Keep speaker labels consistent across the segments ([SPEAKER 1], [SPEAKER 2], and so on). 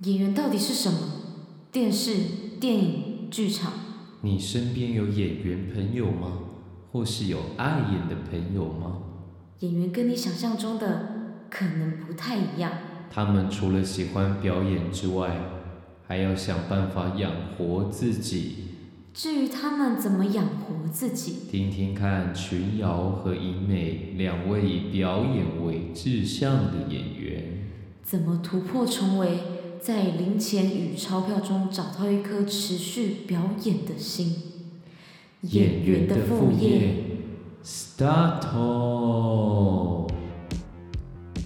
[SPEAKER 1] 演员到底是什么？电视、电影、剧场，
[SPEAKER 2] 你身边有演员朋友吗？或是有爱演的朋友吗？
[SPEAKER 1] 演员跟你想象中的可能不太一样。
[SPEAKER 2] 他们除了喜欢表演之外，还要想办法养活自己。
[SPEAKER 1] 至于他们怎么养活自己，
[SPEAKER 2] 听听看，群瑶和尹美两位以表演为志向的演员，
[SPEAKER 1] 怎么突破重围，在零钱与钞票中找到一颗持续表演的心。
[SPEAKER 2] 演员的副业。，start。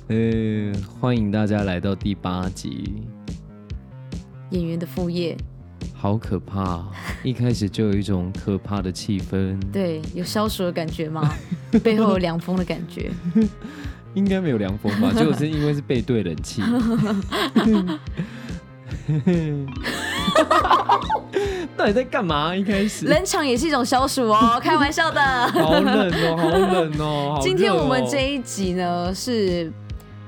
[SPEAKER 2] 呃，欢迎大家来到第八集，
[SPEAKER 1] 演员的副业，
[SPEAKER 2] 好可怕！一开始就有一种可怕的气氛。
[SPEAKER 1] 对，有消暑的感觉吗？背后有凉风的感觉。
[SPEAKER 2] 应该没有凉风吧？就是因为是背对冷 气。到底在干嘛？一开 始
[SPEAKER 1] 冷场也是一种消暑哦，开玩笑的。
[SPEAKER 2] 好冷哦，好冷哦。好热哦
[SPEAKER 1] 今天我们这一集呢是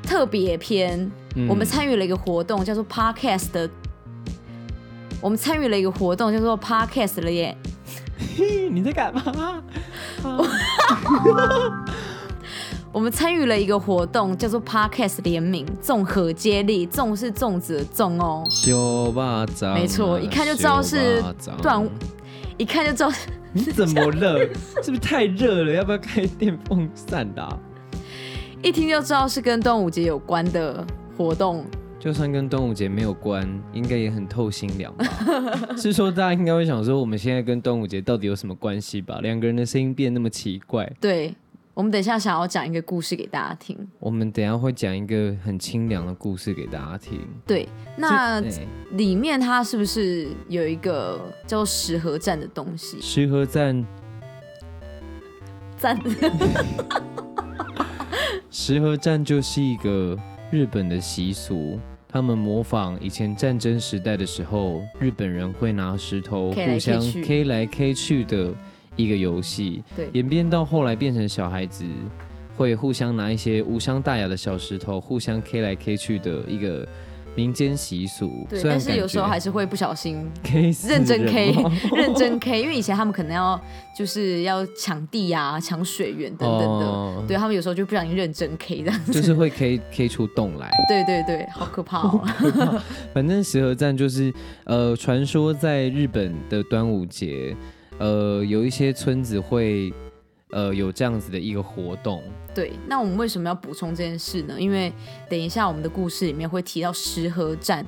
[SPEAKER 1] 特别篇，
[SPEAKER 2] 嗯
[SPEAKER 1] 我们参与了一个活动，叫做 Podcast 的。我们参与了一个活动，叫做 Podcast 的耶。
[SPEAKER 2] 你在干嘛？
[SPEAKER 1] 我们参与了一个活动，叫做 Podcast 联名综合接力，粽是粽子的粽哦，
[SPEAKER 2] 修巴掌啊，
[SPEAKER 1] 没错一看就知道是
[SPEAKER 2] 修巴掌
[SPEAKER 1] 段。一看就知道。
[SPEAKER 2] 你怎么了？是不是太热了？要不要开电风扇的啊、
[SPEAKER 1] 一听就知道是跟端午节有关的活动。
[SPEAKER 2] 就算跟端午节没有关，应该也很透心凉 吧？是说大家应该会想说，我们现在跟端午节到底有什么关系吧？两个人的声音变那么奇怪，
[SPEAKER 1] 对，我们等一下想要讲一个故事给大家听。
[SPEAKER 2] 我们等一下会讲一个很清凉的故事给大家听。
[SPEAKER 1] 对，那
[SPEAKER 2] 这哎
[SPEAKER 1] 里面它是不是有一个叫做石河站的东西？
[SPEAKER 2] 石河站，
[SPEAKER 1] 站
[SPEAKER 2] 石河站就是一个日本的习俗。他们模仿以前战争时代的时候，日本人会拿石头
[SPEAKER 1] K 来
[SPEAKER 2] 互
[SPEAKER 1] K
[SPEAKER 2] 相
[SPEAKER 1] 去
[SPEAKER 2] K 来 K 去的一个游戏，
[SPEAKER 1] 对
[SPEAKER 2] 演变到后来变成小孩子会互相拿一些无伤大雅的小石头互相 K 来 K 去的一个民间习俗。
[SPEAKER 1] 对，
[SPEAKER 2] 虽然
[SPEAKER 1] 但是有时候还
[SPEAKER 2] 感
[SPEAKER 1] 是会不小心
[SPEAKER 2] 觉 K 死
[SPEAKER 1] 认真
[SPEAKER 2] 人
[SPEAKER 1] K
[SPEAKER 2] 吗
[SPEAKER 1] 认真 K，因为以前他们可能要就是要抢地啊、抢水源 等等的，
[SPEAKER 2] 哦
[SPEAKER 1] 对他们有时候就不小心认真 K 这样子。
[SPEAKER 2] 就是会 K K 出洞来。
[SPEAKER 1] 对对对，好可怕 哦！
[SPEAKER 2] 反正石河站就是呃，传说在日本的端午节，呃，有一些村子会呃有这样子的一个活动。
[SPEAKER 1] 对，那我们为什么要补充这件事呢？因为等一下我们的故事里面会提到石河站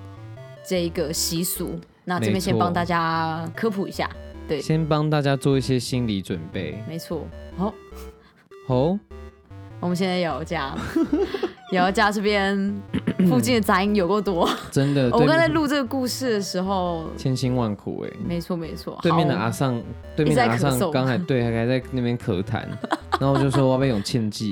[SPEAKER 1] 这一个习俗，那这边先
[SPEAKER 2] 没错
[SPEAKER 1] 帮大家科普一下。对
[SPEAKER 2] 先帮大家做一些心理准备。
[SPEAKER 1] 没错，好、
[SPEAKER 2] 哦，
[SPEAKER 1] 我们现在咬 家，咬家这边附近的杂音有够多。
[SPEAKER 2] 真的，
[SPEAKER 1] 我
[SPEAKER 2] 对
[SPEAKER 1] 刚才录这个故事的时候，
[SPEAKER 2] 千辛万苦哎、
[SPEAKER 1] 没错没错，
[SPEAKER 2] 对面的
[SPEAKER 1] 好
[SPEAKER 2] 阿尚，对
[SPEAKER 1] 一直
[SPEAKER 2] 面的
[SPEAKER 1] 在
[SPEAKER 2] 阿
[SPEAKER 1] 咳
[SPEAKER 2] 尚
[SPEAKER 1] 嗽
[SPEAKER 2] 刚才对还在那边咳痰， 然后我就说我要被永庆记，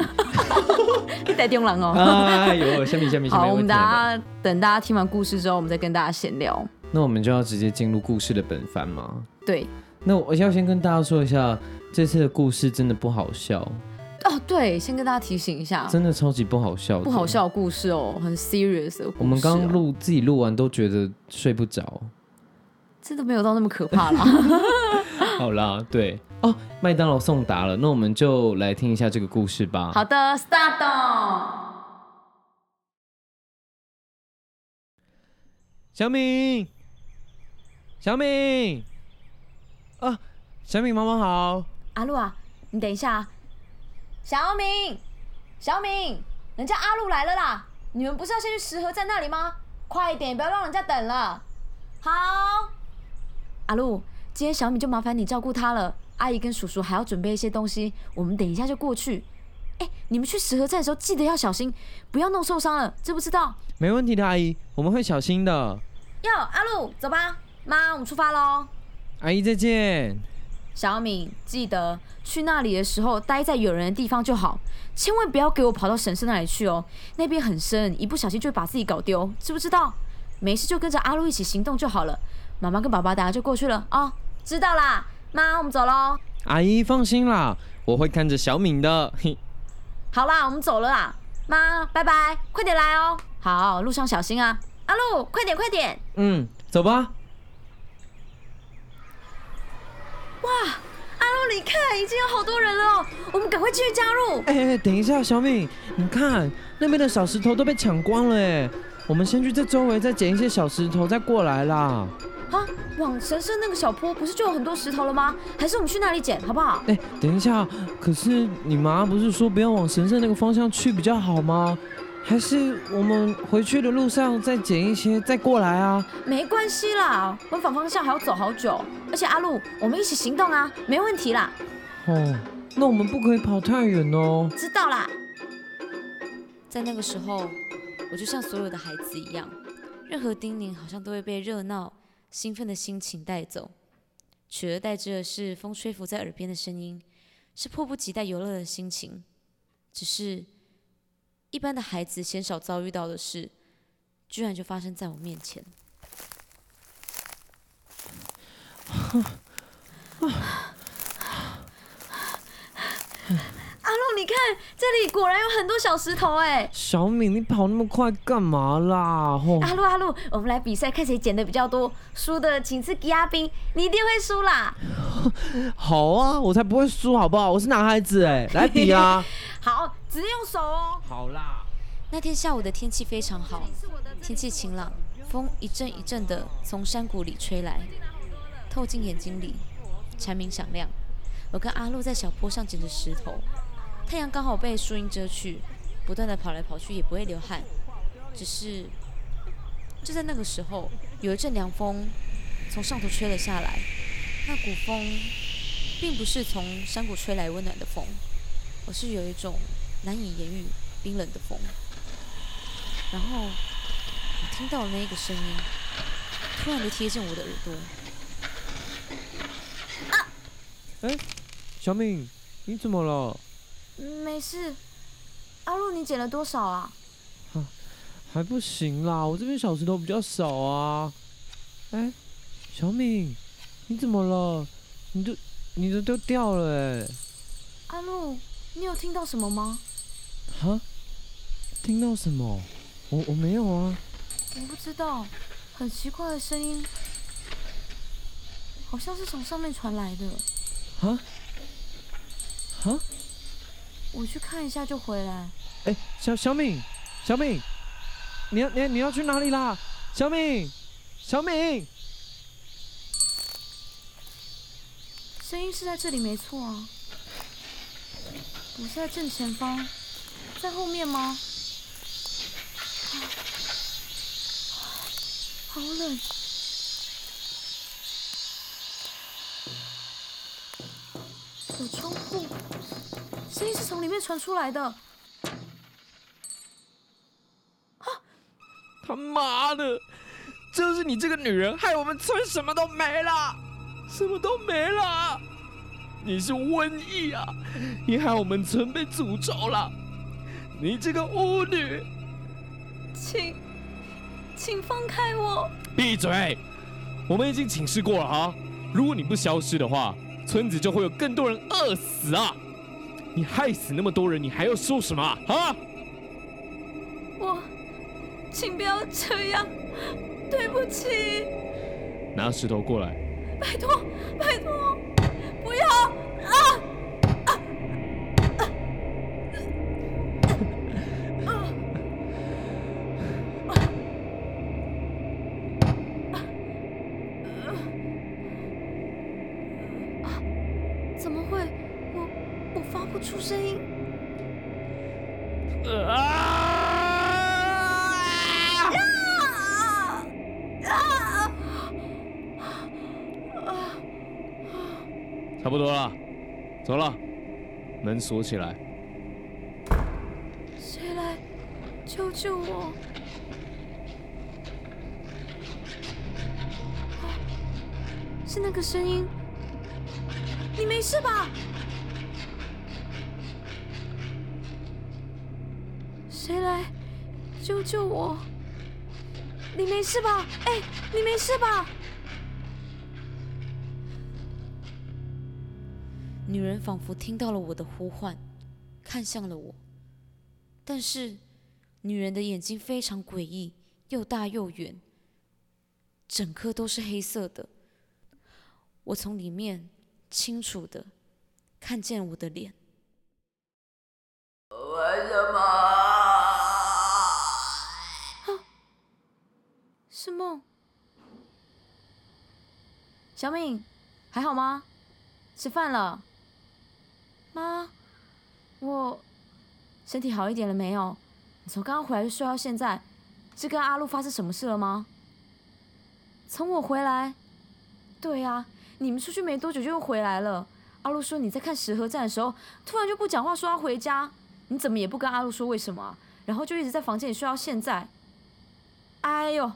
[SPEAKER 1] 你带电狼哦。
[SPEAKER 2] 哎呦，下面下面下
[SPEAKER 1] 好，
[SPEAKER 2] 面，
[SPEAKER 1] 我们
[SPEAKER 2] 天
[SPEAKER 1] 等
[SPEAKER 2] 哪
[SPEAKER 1] 大家等大家听完故事之后，我们再跟大家闲聊。
[SPEAKER 2] 那我们就要直接进入故事的本番吗？
[SPEAKER 1] 对，
[SPEAKER 2] 那我要先跟大家说一下，这次的故事真的不好笑，
[SPEAKER 1] 哦对，先跟大家提醒一下，
[SPEAKER 2] 真的超级不好笑，
[SPEAKER 1] 不好。笑的故事哦，很 serious 的故事、哦。
[SPEAKER 2] 我们刚刚录自己录完都觉得睡不着。
[SPEAKER 1] 真的没有到那么可怕 啦。
[SPEAKER 2] 好啦，对哦，麦当劳送达了，那我们就来听一下这个故事吧。
[SPEAKER 1] 好的，start。哦
[SPEAKER 2] 小敏，小敏，啊，小敏妈妈好，
[SPEAKER 1] 阿露啊，你等一下啊，小敏，小敏，人家阿露来了啦！你们不是要先去石河站那里吗？快一点，不要让人家等了。好，阿露，今天小敏就麻烦你照顾她了。阿姨跟叔叔还要准备一些东西，我们等一下就过去。哎，你们去石河站的时候记得要小心，不要弄受伤了，知不知道？
[SPEAKER 2] 没问题的，阿姨，我们会小心的，
[SPEAKER 1] 哟，阿露，走吧，妈，我们出发喽。
[SPEAKER 2] 阿姨再见。
[SPEAKER 1] 小敏，记得去那里的时候待在有人的地方就好，千万不要给我跑到婶婶那里去哦，那边很深，一不小心就会把自己搞丢，知不知道？没事就跟着阿路一起行动就好了。妈妈跟爸爸等下就过去了哦，知道啦，妈，我们走喽。
[SPEAKER 2] 阿姨放心啦，我会看着小敏的。嘿
[SPEAKER 1] 好啦，我们走了啦，妈，拜拜，快点来哦。好，路上小心啊。阿路，快点快点！
[SPEAKER 2] 嗯，走吧。
[SPEAKER 1] 哇，阿路，你看已经有好多人了哦，我们赶快继续加入。
[SPEAKER 2] 哎、哎，等一下，小敏，你看那边的小石头都被抢光了哎，我们先去这周围再捡一些小石头再过来啦。
[SPEAKER 1] 啊，往神社那个小坡不是就有很多石头了吗？还是我们去那里捡好不好？
[SPEAKER 2] 哎、等一下，可是你妈不是说不要往神社那个方向去比较好吗？还是我们回去的路上再捡一些再过来啊？
[SPEAKER 1] 没关系啦，我们反方向还要走好久，而且阿路，我们一起行动啊，没问题啦。
[SPEAKER 2] 哦，那我们不可以跑太远哦。
[SPEAKER 1] 知道啦。在那个时候，我就像所有的孩子一样，任何叮咛好像都会被热闹、兴奋的心情带走，取而代之的是风吹拂在耳边的声音，是迫不及待游乐的心情。只是，一般的孩子鲜少遭遇到的事，居然就发生在我面前。阿露，你看这里果然有很多小石头哎、
[SPEAKER 2] 小敏，你跑那么快干嘛啦？哦，
[SPEAKER 1] 阿露阿露，我们来比赛，看谁捡的比较多，输的请吃吉亚冰，你一定会输啦！
[SPEAKER 2] 好啊，我才不会输好不好？我是男孩子哎，来比啊！
[SPEAKER 1] 好，直接用手哦。
[SPEAKER 2] 好啦，
[SPEAKER 3] 那天下午的天气非常好，天气晴朗，风一阵一阵的从山谷里吹来，透进眼睛里，蝉鸣响亮。我跟阿路在小坡上捡着石头，太阳刚好被树荫遮去，不断的跑来跑去也不会流汗。只是，就在那个时候，有一阵凉风从上头吹了下来，那股风并不是从山谷吹来温暖的风，而是有一种难以言喻冰冷的风。然后我听到了那个声音，突然就贴近我的耳朵。
[SPEAKER 2] 小敏，你怎么了？
[SPEAKER 1] 没事。阿露，你捡了多少啊？
[SPEAKER 2] 还不行啦，我这边小石头比较少啊。哎、小敏，你怎么了？你都你的都掉了哎、
[SPEAKER 1] 阿露，你有听到什么吗？
[SPEAKER 2] 哈？听到什么？我我没有啊。
[SPEAKER 1] 我不知道，很奇怪的声音，好像是从上面传来的。
[SPEAKER 2] 哈？哈？
[SPEAKER 1] 我去看一下就回来。
[SPEAKER 2] 哎、小小敏，小敏，你要你要你要去哪里啦？小敏，小敏，
[SPEAKER 1] 声音是在这里没错啊，不是在正前方，在后面吗？啊好冷，有窗户，声音是从里面传出来的。
[SPEAKER 4] 他妈的，就是你这个女人，害我们村什么都没了，什么都没了。你是瘟疫啊！你害我们村被诅咒了。你这个巫女，
[SPEAKER 1] 请，请放开我！
[SPEAKER 4] 闭嘴！我们已经请示过了啊！如果你不消失的话，村子就会有更多人饿死啊！你害死那么多人，你还要说什么啊？啊
[SPEAKER 1] 我，请不要这样，对不起，
[SPEAKER 4] 拿石头过来。
[SPEAKER 1] 拜托，拜托，不要！怎么会？我我发不出声音。
[SPEAKER 4] 啊！
[SPEAKER 1] 啊啊！
[SPEAKER 4] 差不多了，走了，门锁起来。
[SPEAKER 1] 谁来救救我？啊是那个声音，你没事吧？谁来救救我？你没事吧？哎，你没事吧？
[SPEAKER 3] 女人仿佛听到了我的呼唤，看向了我。但是，女人的眼睛非常诡异又大又圆，整颗都是黑色的。我从里面清楚的看见我的脸。
[SPEAKER 1] 为什么？是梦。小敏，还好吗？吃饭了？妈，我身体好一点了没有？你从刚刚回来就睡到现在，是跟阿路发生什么事了吗？从我回来？对呀、你们出去没多久就又回来了。阿路说你在看石河站的时候，突然就不讲话，说要回家。你怎么也不跟阿路说为什么啊？然后就一直在房间里睡到现在。哎呦，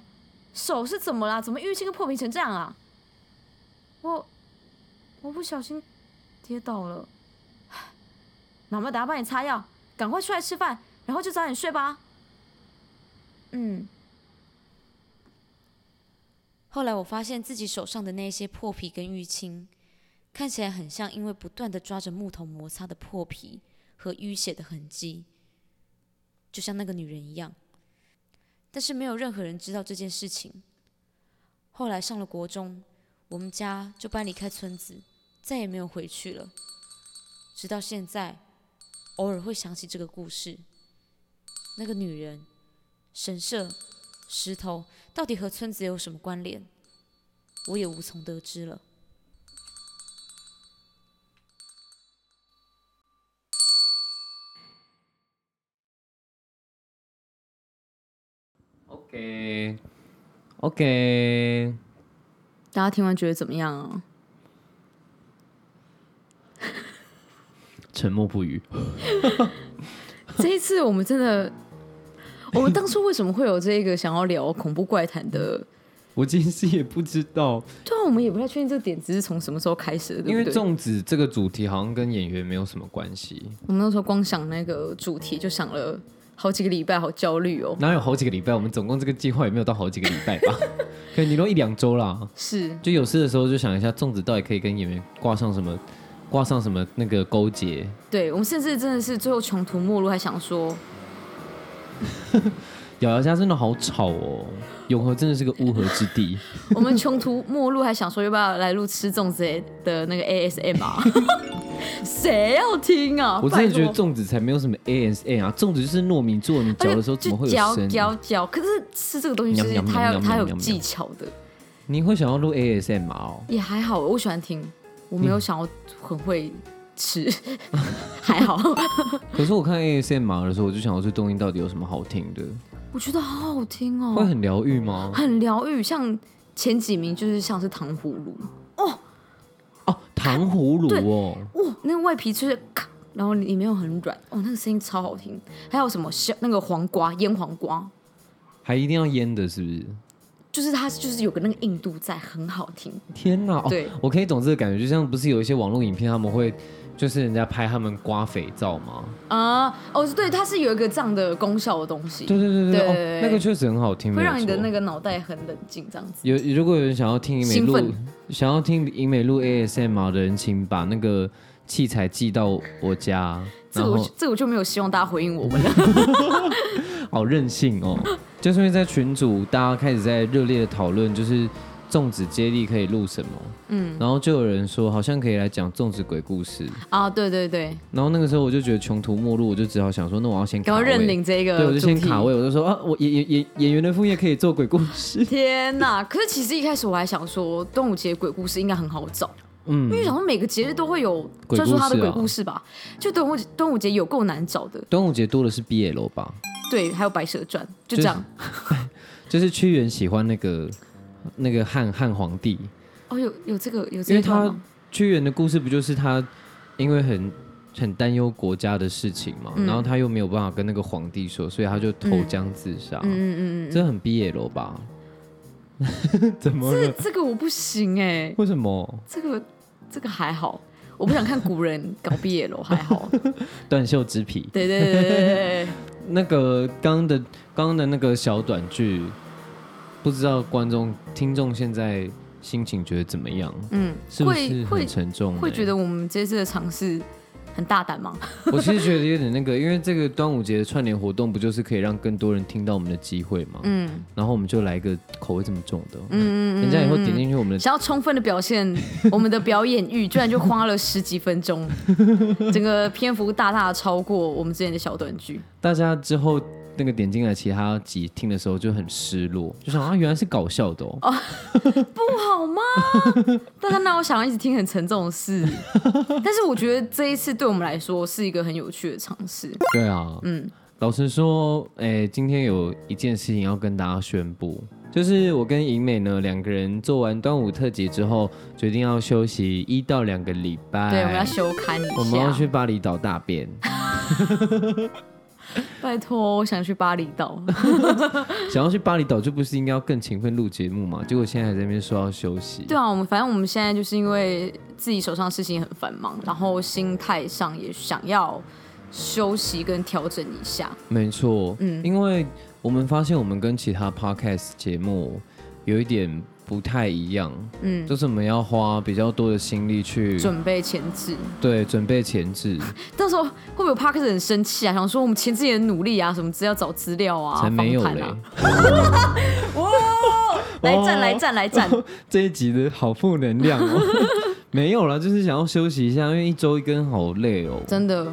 [SPEAKER 1] 手是怎么啦？怎么淤青跟破皮成这样啊？我我不小心跌倒了。 妈妈，等下帮你擦药，赶快出来吃饭，然后就早点睡吧。嗯，
[SPEAKER 3] 后来我发现自己手上的那些破皮跟淤青，看起来很像因为不断的抓着木头摩擦的破皮和淤血的痕迹，就像那个女人一样。但是没有任何人知道这件事情。后来上了国中，我们家就搬离开村子，再也没有回去了。直到现在，偶尔会想起这个故事。那个女人，神社，石头，到底和村子有什么关联，我也无从得知了。
[SPEAKER 2] OK OK，
[SPEAKER 1] 大家听完觉得怎么样啊？
[SPEAKER 2] 沉默不语。
[SPEAKER 1] 这一次我们真的，我们当初为什么会有这个想要聊恐怖怪谈的？
[SPEAKER 2] 我其实也不知道，
[SPEAKER 1] 对啊，我们也不太确定这个点子是从什么时候开始的，对
[SPEAKER 2] 因
[SPEAKER 1] 不
[SPEAKER 2] 为
[SPEAKER 1] 对？
[SPEAKER 2] 粽子这个主题好像跟演员没有什么关系，
[SPEAKER 1] 我们那时候光想那个主题就想了好几个礼拜，好焦虑哦。
[SPEAKER 2] 哪有好几个礼拜？我们总共这个计划也没有到好几个礼拜 吧，可能你都一两周啦。
[SPEAKER 1] 是，
[SPEAKER 2] 就有事的时候就想一下，粽子到底可以跟演员挂上什么，挂上什么那个勾结。
[SPEAKER 1] 对我们甚至真的是最后穷途末路，还想说，
[SPEAKER 2] 瑶瑶家真的好吵哦，永和真的是个乌合之地。
[SPEAKER 1] 我们穷途末路还想说要不要来录吃粽子的那个 ASM 啊？ 谁要听啊？
[SPEAKER 2] 我真的觉得
[SPEAKER 1] 拜托
[SPEAKER 2] 粽子才没有什么 ASN 啊，粽子就是糯米做，你嚼的时候怎么会
[SPEAKER 1] 就嚼
[SPEAKER 2] 有声？
[SPEAKER 1] 嚼嚼，可是吃这个东西就是
[SPEAKER 2] 喵喵
[SPEAKER 1] 它要
[SPEAKER 2] 喵喵
[SPEAKER 1] 它有
[SPEAKER 2] 喵喵
[SPEAKER 1] 技巧的，
[SPEAKER 2] 你会想要录 ASM 哦？
[SPEAKER 1] 也还好，我喜欢听，我
[SPEAKER 2] 嗯
[SPEAKER 1] 没有想要很会吃， 还好，
[SPEAKER 2] 可是我看 ASM 啊的时候，我就想要这东西到底有什么好听的？
[SPEAKER 1] 我觉得好好听
[SPEAKER 2] 会
[SPEAKER 1] 哦，
[SPEAKER 2] 很疗愈吗？
[SPEAKER 1] 很疗愈，像前几名就是像是糖葫芦，啊
[SPEAKER 2] 哦，糖葫芦哦，
[SPEAKER 1] 哇、那个外皮就是咔，然后里面又很软，哦，那个声音超好听。还有什么小那个黄瓜腌黄瓜，
[SPEAKER 2] 还一定要腌的，是不是？
[SPEAKER 1] 就是它就是有个那个硬度在，很好听。
[SPEAKER 2] 天哪！哦
[SPEAKER 1] 对，
[SPEAKER 2] 我可以懂这个感觉，就像不是有一些网络影片，他们会就是人家拍他们刮肥皂吗？
[SPEAKER 1] 啊、哦，对，它是有一个这样的功效的东西，
[SPEAKER 2] 对对对
[SPEAKER 1] 对
[SPEAKER 2] 哦，那个确实很好听，
[SPEAKER 1] 会让你的那
[SPEAKER 2] 个
[SPEAKER 1] 个脑袋很冷静，这样子。
[SPEAKER 2] 有如果有人想要听英美
[SPEAKER 1] 兴
[SPEAKER 2] 录
[SPEAKER 1] 奋，
[SPEAKER 2] 想要听英美录 ASMR 的人，请把那个器材寄到我家，
[SPEAKER 1] 这
[SPEAKER 2] 然
[SPEAKER 1] 个我
[SPEAKER 2] 后
[SPEAKER 1] 就这个我就没有希望大家回应我们了。
[SPEAKER 2] 好任性 哦！就是因为在群组，大家开始在热烈的讨论，就是粽子接力可以录什么，
[SPEAKER 1] 嗯，
[SPEAKER 2] 然后就有人说好像可以来讲粽子鬼故事，
[SPEAKER 1] 啊，对对对，
[SPEAKER 2] 然后那个时候我就觉得穷途末路，我就只好想说，那我要先卡
[SPEAKER 1] 然后
[SPEAKER 2] 位，
[SPEAKER 1] 认领这个
[SPEAKER 2] 对，我就
[SPEAKER 1] 主
[SPEAKER 2] 先
[SPEAKER 1] 题，
[SPEAKER 2] 卡位，我就说啊，我演演演演员的副业可以做鬼故 事
[SPEAKER 1] 天呐！可是其实一开始我还想说，端午节鬼故事应该很好找，
[SPEAKER 2] 嗯
[SPEAKER 1] 因，为想说每个节日都会有
[SPEAKER 2] 鬼故事啊
[SPEAKER 1] 专属它的鬼故事吧。就端午端午节有够难找的，
[SPEAKER 2] 端午节多的是 BL 吧，
[SPEAKER 1] 对，还有《白蛇传》，就这样。
[SPEAKER 2] 就是屈原喜欢那个那个汉汉皇帝，
[SPEAKER 1] 哦，有有这个有这
[SPEAKER 2] 因为
[SPEAKER 1] 一段
[SPEAKER 2] 他
[SPEAKER 1] 吗？
[SPEAKER 2] 屈原的故事不就是他因为很很担忧国家的事情嘛，
[SPEAKER 1] 嗯
[SPEAKER 2] 然后他又没有办法跟那个皇帝说，所以他就投江自杀，
[SPEAKER 1] 嗯嗯嗯
[SPEAKER 2] 这很 BL 吧？ 怎么
[SPEAKER 1] 嗯，
[SPEAKER 2] 了？
[SPEAKER 1] 这个我不行哎、
[SPEAKER 2] 为什么
[SPEAKER 1] 这个这个还好，我不想看古人搞毕业了，还好。
[SPEAKER 2] 断袖之癖？
[SPEAKER 1] 对对对对对对，
[SPEAKER 2] 那个刚刚的刚刚的那个小短剧，不知道观众听众现在心情觉得怎么样？
[SPEAKER 1] 嗯，
[SPEAKER 2] 是不是
[SPEAKER 1] 会
[SPEAKER 2] 很
[SPEAKER 1] 会
[SPEAKER 2] 沉重、
[SPEAKER 1] 会觉得我们这次的尝试很大胆 吗？
[SPEAKER 2] 我其实觉得有点那个，因为这个端午节的串联活动，不就是可以让更多人听到我们的机会吗？
[SPEAKER 1] 嗯
[SPEAKER 2] 然后我们就来一个口味这么重的，哦
[SPEAKER 1] 嗯嗯，
[SPEAKER 2] 人家以后
[SPEAKER 1] 嗯
[SPEAKER 2] 点进去我们的
[SPEAKER 1] 想要充分的表现我们的表演欲，居然就花了十几分 钟，整个篇幅大大地超过我们之前的小短剧。
[SPEAKER 2] 大家之后那个点进来其他集听的时候就很失落，就想啊原来是搞笑的哦。
[SPEAKER 1] 不好 吗？大家那我想要一直听很沉重的事，但是我觉得这一次对我们来说是一个很有趣的尝试。
[SPEAKER 2] 对 啊，嗯，老实说，哎、今天有一件事情要跟大家宣布，就是我跟莹美呢两个人做完端午特辑之后，决定要休息一到两个礼拜。
[SPEAKER 1] 对，我们要休啊刊一
[SPEAKER 2] 哎我们要去
[SPEAKER 1] 下。
[SPEAKER 2] 巴厘岛大便，
[SPEAKER 1] 拜托，我想去巴厘 岛。
[SPEAKER 2] 想要去巴厘岛就不是应该要更勤奋录节目嘛？结果现在还在那边说要休息。
[SPEAKER 1] 嗯对啊，我们反正我们现在就是因为自己手上事情很繁忙，然后心态上也想要休息跟调整一下。
[SPEAKER 2] 没错，
[SPEAKER 1] 嗯
[SPEAKER 2] 嗯，因为我们发现我们跟其他 podcast 节目有一点不太一样，
[SPEAKER 1] 嗯，
[SPEAKER 2] 就是我们要花比较多的心力去
[SPEAKER 1] 准备前置。
[SPEAKER 2] 对准备前置，
[SPEAKER 1] 到时候会不会有 p a r k e r 很生气啊？想说我们前置也很努力啊，什么资料找资料啊，
[SPEAKER 2] 才没有
[SPEAKER 1] 访
[SPEAKER 2] 嘞。
[SPEAKER 1] 谈啊。哇！来
[SPEAKER 2] 哦
[SPEAKER 1] 战来战来 战！
[SPEAKER 2] 这一集的好负能 量哦，没有啦，就是想要休息一下，因为一周一根好累哦。
[SPEAKER 1] 真的，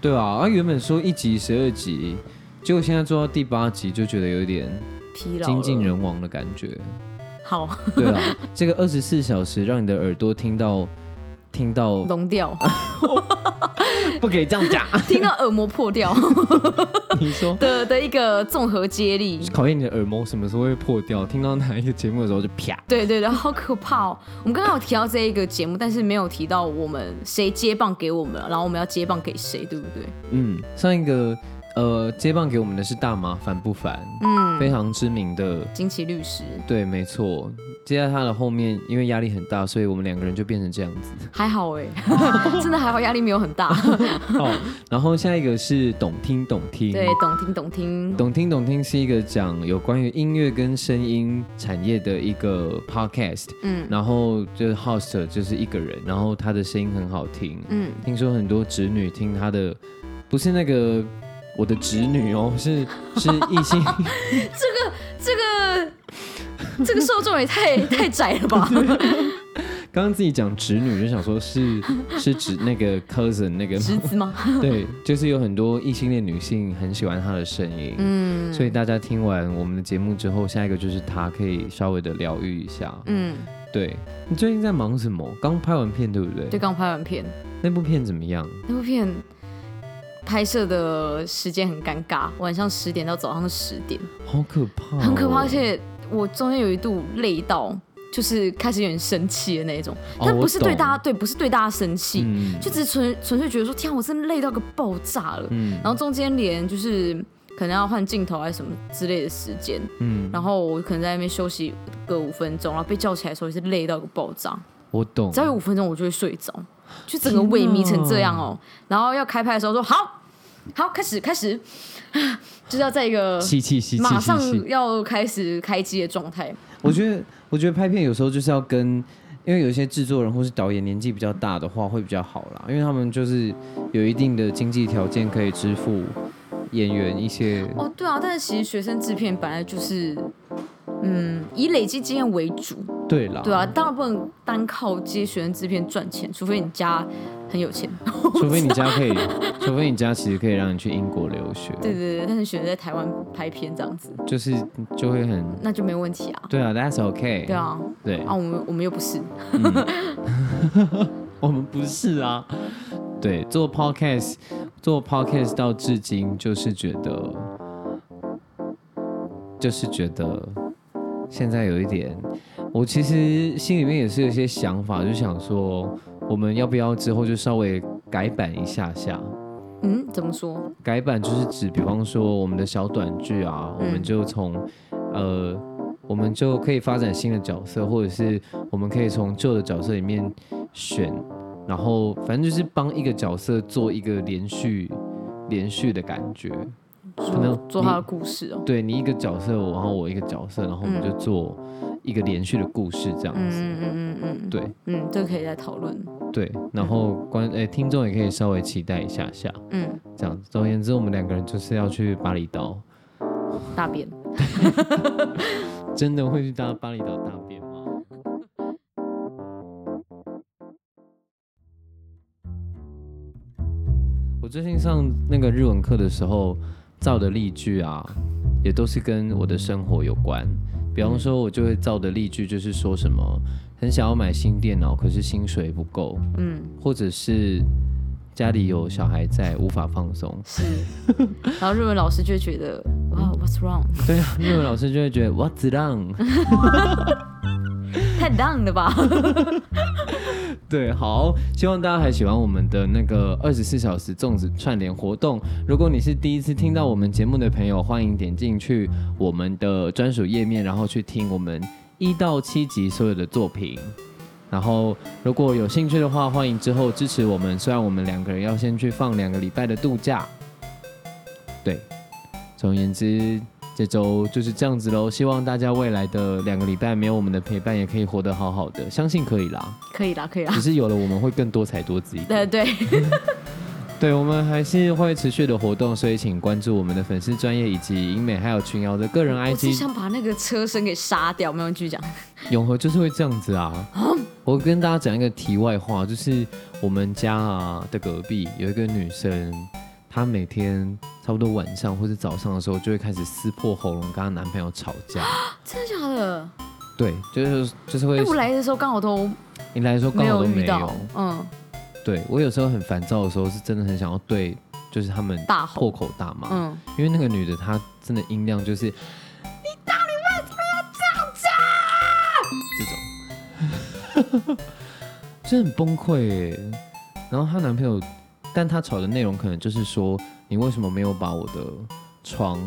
[SPEAKER 2] 对啊，啊原本说一集十二集，结果现在做到第八集就觉得有点
[SPEAKER 1] 疲劳了。
[SPEAKER 2] 精尽人亡的感觉。
[SPEAKER 1] 好，
[SPEAKER 2] 对啊，这个二十四小时让你的耳朵听到听到
[SPEAKER 1] 聋掉，
[SPEAKER 2] 不可以这样讲。
[SPEAKER 1] 听到耳膜破掉
[SPEAKER 2] 你说
[SPEAKER 1] 的的一个综合接力。
[SPEAKER 2] 考验你的耳膜什么时候会破掉？听到哪一个节目的时候就啪。
[SPEAKER 1] 对对对，好可怕哦！我们刚刚有提到这一个节目，但是没有提到我们谁接棒给我们，然后我们要接棒给谁，对不对？
[SPEAKER 2] 嗯，上一个呃接棒给我们的是大麻烦不烦，
[SPEAKER 1] 嗯，
[SPEAKER 2] 非常知名的。
[SPEAKER 1] 金奇律师
[SPEAKER 2] 对，没错。接在他的后面，因为压力很大，所以我们两个人就变成这样 子。
[SPEAKER 1] 还好哎， 真的还好，压力没有很 大。
[SPEAKER 2] 好，哦然后下一个是懂听懂听。
[SPEAKER 1] 对，懂听懂听，
[SPEAKER 2] 懂听懂听是一个讲有关于音乐跟声音产业的一个 podcast，
[SPEAKER 1] 嗯
[SPEAKER 2] 然后就是 host 就是一个人，然后他的声音很好听，
[SPEAKER 1] 嗯，
[SPEAKER 2] 听说很多侄女听他的，不是那个我的侄女哦， 是是异性，
[SPEAKER 1] 这个这个受众也太 太窄了 吧？
[SPEAKER 2] 刚刚自己讲侄女就想说是 是指那个 cousin 那个，
[SPEAKER 1] 侄子吗？
[SPEAKER 2] 对，就是有很多异性恋女性很喜欢他的声音，
[SPEAKER 1] 嗯
[SPEAKER 2] 所以大家听完我们的节目之后，下一个就是他可以稍微的疗愈一下，
[SPEAKER 1] 嗯，
[SPEAKER 2] 对你最近在忙什么？刚拍完片对不对？
[SPEAKER 1] 就刚拍完片，
[SPEAKER 2] 那部片怎么样？
[SPEAKER 1] 那部片拍摄的时间很尴尬，晚上十点到早上十点，
[SPEAKER 2] 好可怕、哦
[SPEAKER 1] 很可怕，而。且我中间有一度累到，就是开始有点生气的那一种，
[SPEAKER 2] 哦
[SPEAKER 1] 但不是对
[SPEAKER 2] 我懂
[SPEAKER 1] 大家，对，不是对大家生气，
[SPEAKER 2] 嗯
[SPEAKER 1] 就只是纯纯粹觉得说，天啊、我真的累到个爆炸了，
[SPEAKER 2] 嗯
[SPEAKER 1] 然后中间连就是。可能要换镜头还是什么之类的时间，
[SPEAKER 2] 嗯，
[SPEAKER 1] 然后我可能在那边休息个五分钟，然后被叫起来的时候也是累到个爆炸。
[SPEAKER 2] 我懂
[SPEAKER 1] 只。要有五分
[SPEAKER 2] 哦
[SPEAKER 1] 钟，我就会睡着，就整个萎靡成这样哦、然后要开拍的时候说好，好开始开始， 就是要在一个
[SPEAKER 2] 吸气吸气
[SPEAKER 1] 马
[SPEAKER 2] 吸
[SPEAKER 1] 上
[SPEAKER 2] 气。
[SPEAKER 1] 要开始开机的状态。
[SPEAKER 2] 我觉得我觉得拍片有时候就是要跟，因为有一些制作人或是导演年纪比较大的话会比较好啦，因为他们就是有一定的经济条件可以支付演员一些。
[SPEAKER 1] 哦，对啊，但是其实学生制片本来就是，嗯，以累积经验为主，
[SPEAKER 2] 对啦，
[SPEAKER 1] 对啊，当然不能单靠接学生制片赚钱，除非你家很有钱。
[SPEAKER 2] 除非你家可以，除非你家其实可以让你去英国留学，
[SPEAKER 1] 对对对，但是选择在台湾拍片这样子，
[SPEAKER 2] 就是就会很。
[SPEAKER 1] 那就没问题啊。
[SPEAKER 2] 对啊，That's okay。
[SPEAKER 1] 对，啊，
[SPEAKER 2] 对
[SPEAKER 1] 啊，我们我们又不是，
[SPEAKER 2] 我们不是啊。对，做 podcast 做 podcast 到至今，就是觉得，就是觉得现在有一点，我其实心里面也是有一些想法，就想说，我们要不要之后就稍微改版一下下？
[SPEAKER 1] 嗯，怎么说？
[SPEAKER 2] 改版就是指，比方说我们的小短剧啊，我
[SPEAKER 1] 嗯
[SPEAKER 2] 们就从、呃，我们就可以发展新的角色，或者是我们可以从旧的角色里面选，然后反正就是帮一个角色做一个连续连续的感觉。可能
[SPEAKER 1] 做做他的故事哦、
[SPEAKER 2] 对你一个角色，我然后我一个角色，然后我们就做一个连续的故事这样子。
[SPEAKER 1] 嗯嗯嗯嗯嗯，
[SPEAKER 2] 对
[SPEAKER 1] 嗯，这个可以再讨论。
[SPEAKER 2] 对，然后观诶、听众也可以稍微期待一下下，
[SPEAKER 1] 嗯，
[SPEAKER 2] 这样子。总而言之，我们两个人就是要去巴厘岛，
[SPEAKER 1] 大便。
[SPEAKER 2] 真的会去搭巴厘岛大便吗？我最近上那个日文课的时候造的例句啊，也都是跟我的生活有关。比方说，我就会造的例句就是说什么很想要买新电脑，可是薪水不够，
[SPEAKER 1] 嗯，
[SPEAKER 2] 或者是家里有小孩在，无法放松。
[SPEAKER 1] 是。然后日文老师就会觉得，哇，What's wrong？
[SPEAKER 2] 对啊，日文老师就会觉得 What's wrong？
[SPEAKER 1] 太 down 了吧？
[SPEAKER 2] 对，好，希望大家还喜欢我们的那个二十四小时粽子串联活动。如果你是第一次听到我们节目的朋友，欢迎点进去我们的专属页面，然后去听我们一到七集所有的作品。然后，如果有兴趣的话，欢迎之后支持我们。虽然我们两个人要先去放两个礼拜的度假，对。总而言之，这周就是这样子喽。希望大家未来的两个礼拜没有我们的陪伴，也可以活得好好的，相信可以啦。
[SPEAKER 1] 可以啦，可以啦呃
[SPEAKER 2] 只。是有了我们会更多彩多姿一点。
[SPEAKER 1] 对对，
[SPEAKER 2] 对，我们还是会持续的活动，所以请关注我们的粉丝专业以及英美还有群瑶的个人
[SPEAKER 1] 我只
[SPEAKER 2] IG。
[SPEAKER 1] 想把那个车身给杀掉。没有继续讲。
[SPEAKER 2] 永和就是会这样子啊。我跟大家讲一个题外话，就是我们家啊的隔壁有一个女生，她每天差不多晚上或者早上的时候就会开始撕破喉咙跟她男朋友吵 架。
[SPEAKER 1] 真的假的？
[SPEAKER 2] 对，就是就是
[SPEAKER 1] 哎，
[SPEAKER 2] 会
[SPEAKER 1] 我来的时候刚好都
[SPEAKER 2] 你来说刚
[SPEAKER 1] 没
[SPEAKER 2] 好
[SPEAKER 1] 有
[SPEAKER 2] 都
[SPEAKER 1] 遇
[SPEAKER 2] 没
[SPEAKER 1] 到
[SPEAKER 2] 有。，
[SPEAKER 1] 嗯，
[SPEAKER 2] 对我有时候很烦躁的时候，是真的很想要对就是他们
[SPEAKER 1] 大吼，
[SPEAKER 2] 破口大骂。
[SPEAKER 1] 嗯，
[SPEAKER 2] 因为那个女的她真的音量就是，你到
[SPEAKER 1] 啊
[SPEAKER 2] 底为什么 要这样子？这种，就很崩溃耶。然后她男朋友，但她吵的内容可能就是说，你为什么没有把我的床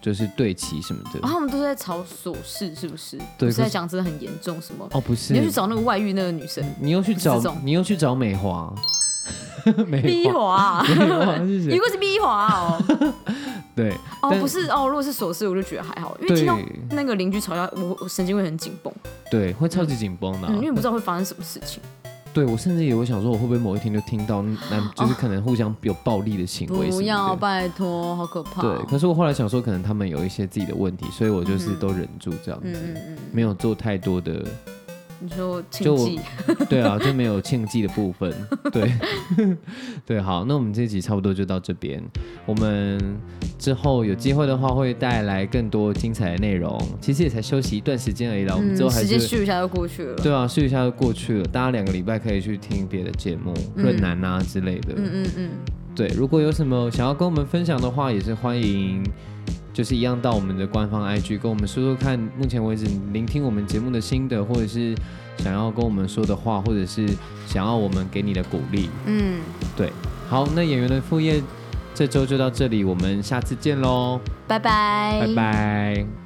[SPEAKER 2] 就是对齐什么的？
[SPEAKER 1] 然后他们都是在吵琐事，是不是？
[SPEAKER 2] 对
[SPEAKER 1] 不是
[SPEAKER 2] 可
[SPEAKER 1] 在
[SPEAKER 2] 是
[SPEAKER 1] 讲真的很严重什么？
[SPEAKER 2] 哦，不是，
[SPEAKER 1] 你要去找那个外遇那个女生，
[SPEAKER 2] 你又去
[SPEAKER 1] 不是这
[SPEAKER 2] 找
[SPEAKER 1] 种，
[SPEAKER 2] 你又去找美华， 美
[SPEAKER 1] 逼
[SPEAKER 2] 华，
[SPEAKER 1] 华啊，
[SPEAKER 2] 美华是
[SPEAKER 1] 如
[SPEAKER 2] 谁？
[SPEAKER 1] 果是逼华哦，
[SPEAKER 2] 对，
[SPEAKER 1] 哦
[SPEAKER 2] 但
[SPEAKER 1] 不是哦，如果是琐事我就觉得还好，因为听到
[SPEAKER 2] 对
[SPEAKER 1] 那个邻居吵架，我我神经会很紧绷，
[SPEAKER 2] 对，会超级紧绷的啊、
[SPEAKER 1] 嗯，因为不知道会发生什么事情。
[SPEAKER 2] 对我甚至也会想说，我会不会某一天就听到男就是可能互相有暴力的行为什么的
[SPEAKER 1] 哦不要，拜托，好可怕。
[SPEAKER 2] 对，可是我后来想说，可能他们有一些自己的问题，所以我就是都忍住这样
[SPEAKER 1] 嗯
[SPEAKER 2] 子，
[SPEAKER 1] 嗯嗯，
[SPEAKER 2] 没有做太多的，
[SPEAKER 1] 你说亲
[SPEAKER 2] 就我
[SPEAKER 1] 戚，
[SPEAKER 2] 对啊，就没有庆忌的部分。对， 对，好，那我们这集差不多就到这边，我们之后有机会的话会带来更多精彩的内容。其实也才休息一段时间而已啦，我们之
[SPEAKER 1] 嗯，
[SPEAKER 2] 后还
[SPEAKER 1] 时间
[SPEAKER 2] 是
[SPEAKER 1] 咻一下就过去了。
[SPEAKER 2] 对啊，试一下就过去了。大家两个礼拜可以去听别的节目，润南啊之类的。
[SPEAKER 1] 嗯嗯嗯，
[SPEAKER 2] 对，如果有什么想要跟我们分享的话，也是欢迎，就是一样到我们的官方 IG 跟我们说说看，目前为止你聆听我们节目的心得，或者是想要跟我们说的话，或者是想要我们给你的鼓励。
[SPEAKER 1] 嗯，
[SPEAKER 2] 对，好，那演员的副业这周就到这里，我们下次见喽，
[SPEAKER 1] 拜拜，
[SPEAKER 2] 拜拜